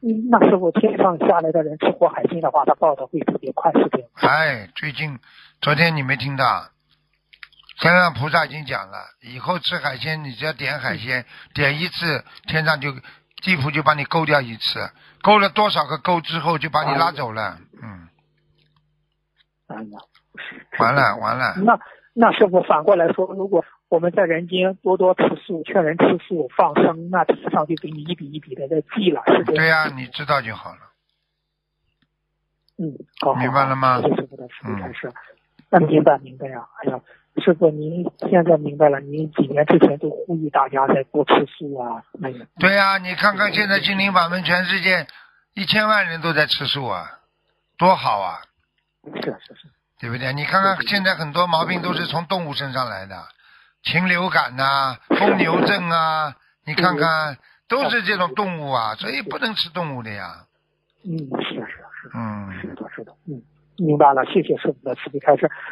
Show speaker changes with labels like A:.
A: 嗯
B: 那师傅，天上下来的人吃活海星的话，他报的会特别快，是这样吗。
A: 哎，最近昨天你没听到，天上菩萨已经讲了，以后吃海鲜，你只要点海鲜，点一次，天上就地府就把你勾掉一次，勾了多少个勾之后就把你拉走了，嗯，
B: 哎呀，是
A: 完了。完了，
B: 那那师傅反过来说，如果我们在人间多多吃素，劝人吃素放生，那天上就给你一笔一笔的在记了，是这
A: 对
B: 样。
A: 呀、你知道就好了。
B: 嗯，好好好
A: 明白了吗嗯
B: 谢谢师傅的慈悲开示。那明白明白呀、哎呀，师傅您现在明白了，您几年之前都呼吁大家在多吃素啊，哎呀，
A: 对呀、你看看现在心灵法门，全世界一千万人都在吃素啊，多好啊，
B: 是是是，
A: 对不对？你看看现在很多毛病都是从动物身上来的，禽流感呐、疯牛症啊，你看看都是这种动物啊，所以不能吃动物的呀。
B: 嗯，是是是
A: 嗯，
B: 是的是的，嗯，明白了，谢谢师傅的慈悲开示。